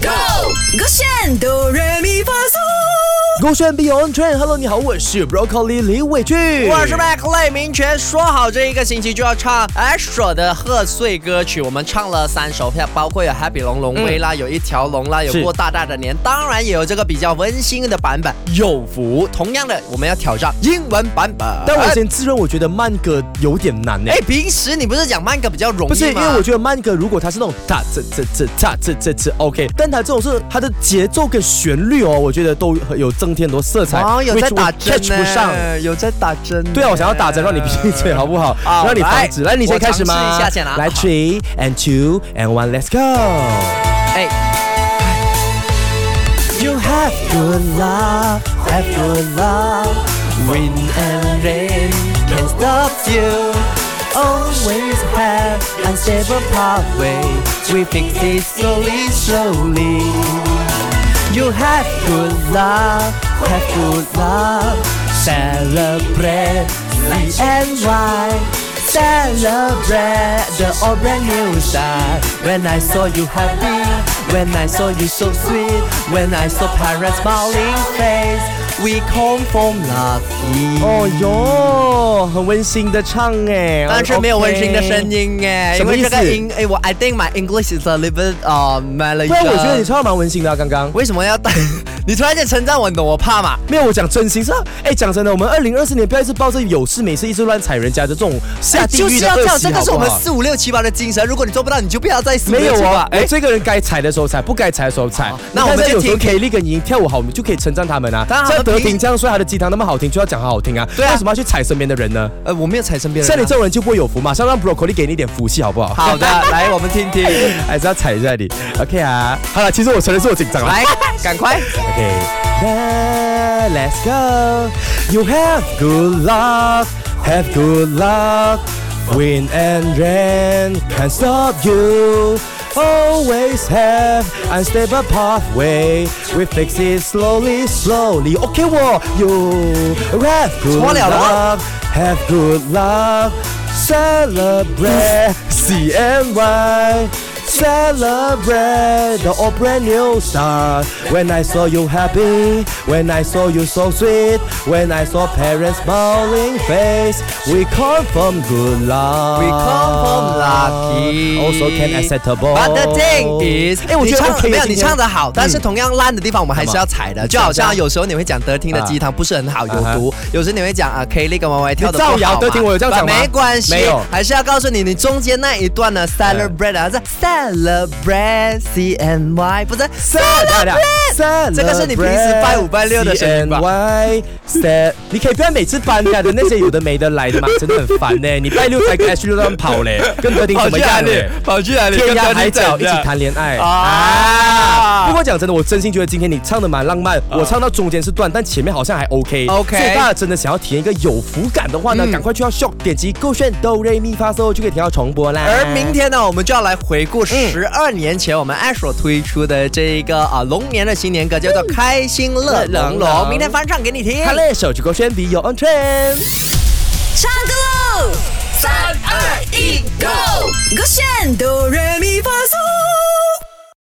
Go！我选哆瑞咪发嗦。勾选 Beyond Train，Hello，你好，我是 Broccoli 李伟俊，我是 Mac 赖明全，说好这一个星期就要唱嗯 Astro 哎的贺岁歌曲，我们唱了三首，包括有 Happy 龙龙嗯威啦，有一条龙啦，有是过大大的年，当然也有这个比较温馨的版本有福。同样的，我们要挑战英文版本。但我先自认，我觉得慢歌有点难呢、哎，平时你不是讲慢歌比较容易吗？不是，因为我觉得慢歌如果它是那种哒这这这哒这这这 OK，但它这种是它的节奏跟旋律哦，我觉得都有增添很多色彩，哦，有在 which 我打针 catch 呢不上。，有在打针呢。对啊，我想要打针，让你闭嘴好不好？好让你来防止。来，你先我开始尝吗？试一下先啊来好，three and two and one，let's go。哎， You have your love, have your love. Wind and rain can't stop you. Always have unstable pathway. We fix it slowly, slowly. You have your love, have your love. Celebrate Z and Y. Celebrate the all brand new start. When I saw you happy, when I saw you so sweet, when I saw parents smiling face, we come from lucky. 哦哟，很温馨的唱哎，但是没有温馨的声。音哎，什因么为这个意思音哎，我 I think my English is a little bit 呃 Malay。不然我觉得你唱的蛮温馨的、啊，刚刚。为什么要带？ 你突然间称赞我，你懂我怕嘛？没有，我讲真心是啊，哎，讲真的，我们二零二四年不要一直抱着有事没事一直乱踩人家的这种下地哎就是狱的要这恶样，习，这个是我好不们好四五六七八的精神。如果你做不到，你就不要再四五没六有七哦八。，哎，哎，这个人该踩的时候踩，不该踩的时候踩好。那我们你看就像有时候听 K 力跟莹跳舞好，我们就可以称赞他们啊。当然像我们德平廷这样帅，他的鸡汤那么好听，就要讲他好听啊。对啊为什么要去踩身边的人呢？呃，我没有踩身边人啊。像你这种人就不会有福，马上让 Broccoli 给你一点福气，好不好？好的， 来我们听听， 还是要踩一下你。OK 啊，好了，其实我承认是我紧张啊了。来，赶快。 Okay. Now, Let's go. You have good luck. Have good luck. Wind and rain can stop you. Always have unstable pathway. We fix it slowly, slowly. Okay, 我 you have good 错了咯 luck. Have good luck. Celebrate C N Y. Celebrate the all brand new star. When I saw you happy, when I saw you so sweet, when I saw parents smiling face, we come from good luck. We come from lucky. Also can acceptable. But the thing is，哎、Eh, 我你觉得唱 OK 没有今你天唱的好，但是嗯同样烂的地方我们还是要踩的。就好像有时候你会讲德听的鸡汤不是很好，有啊哈毒；有时你会讲啊 K 那个 Y Y 跳的不好嘛。造谣德听我有这样讲吗没关系没有，还是要告诉你，你中间那一段呢，celebrate 啊，是 celebrate C N Y，不是 Celebrate，啊这个是你平时拜五拜六的声音吧 CNY set，你可以不要每次搬家的那些有的没的来 的嘛，真的很烦呢、你拜六才跟 H 六乱跑嘞，跟德廷跑怎么去样哪里嘞？？跑去哪里？天涯跟海角一德起听谈恋爱啊不过讲真的，我真心觉得今天你唱的蛮浪漫，我唱到中间是断，但前面好像还 OK。 OK 所以大家真的想要体验一个有福感的话呢，嗯赶快去到 Shop 点击勾选哆瑞咪发嗦就可以听到重播啦。而明天呢，我们就要来回顾十二年前我们 Astro 推出的这一个啊龙年的新年歌，叫做《开心嗯乐融融》，明天翻唱给你听。他嘞手机勾选 Be Your Own Trend。唱歌喽！三二一，Go！我选哆瑞咪发嗦。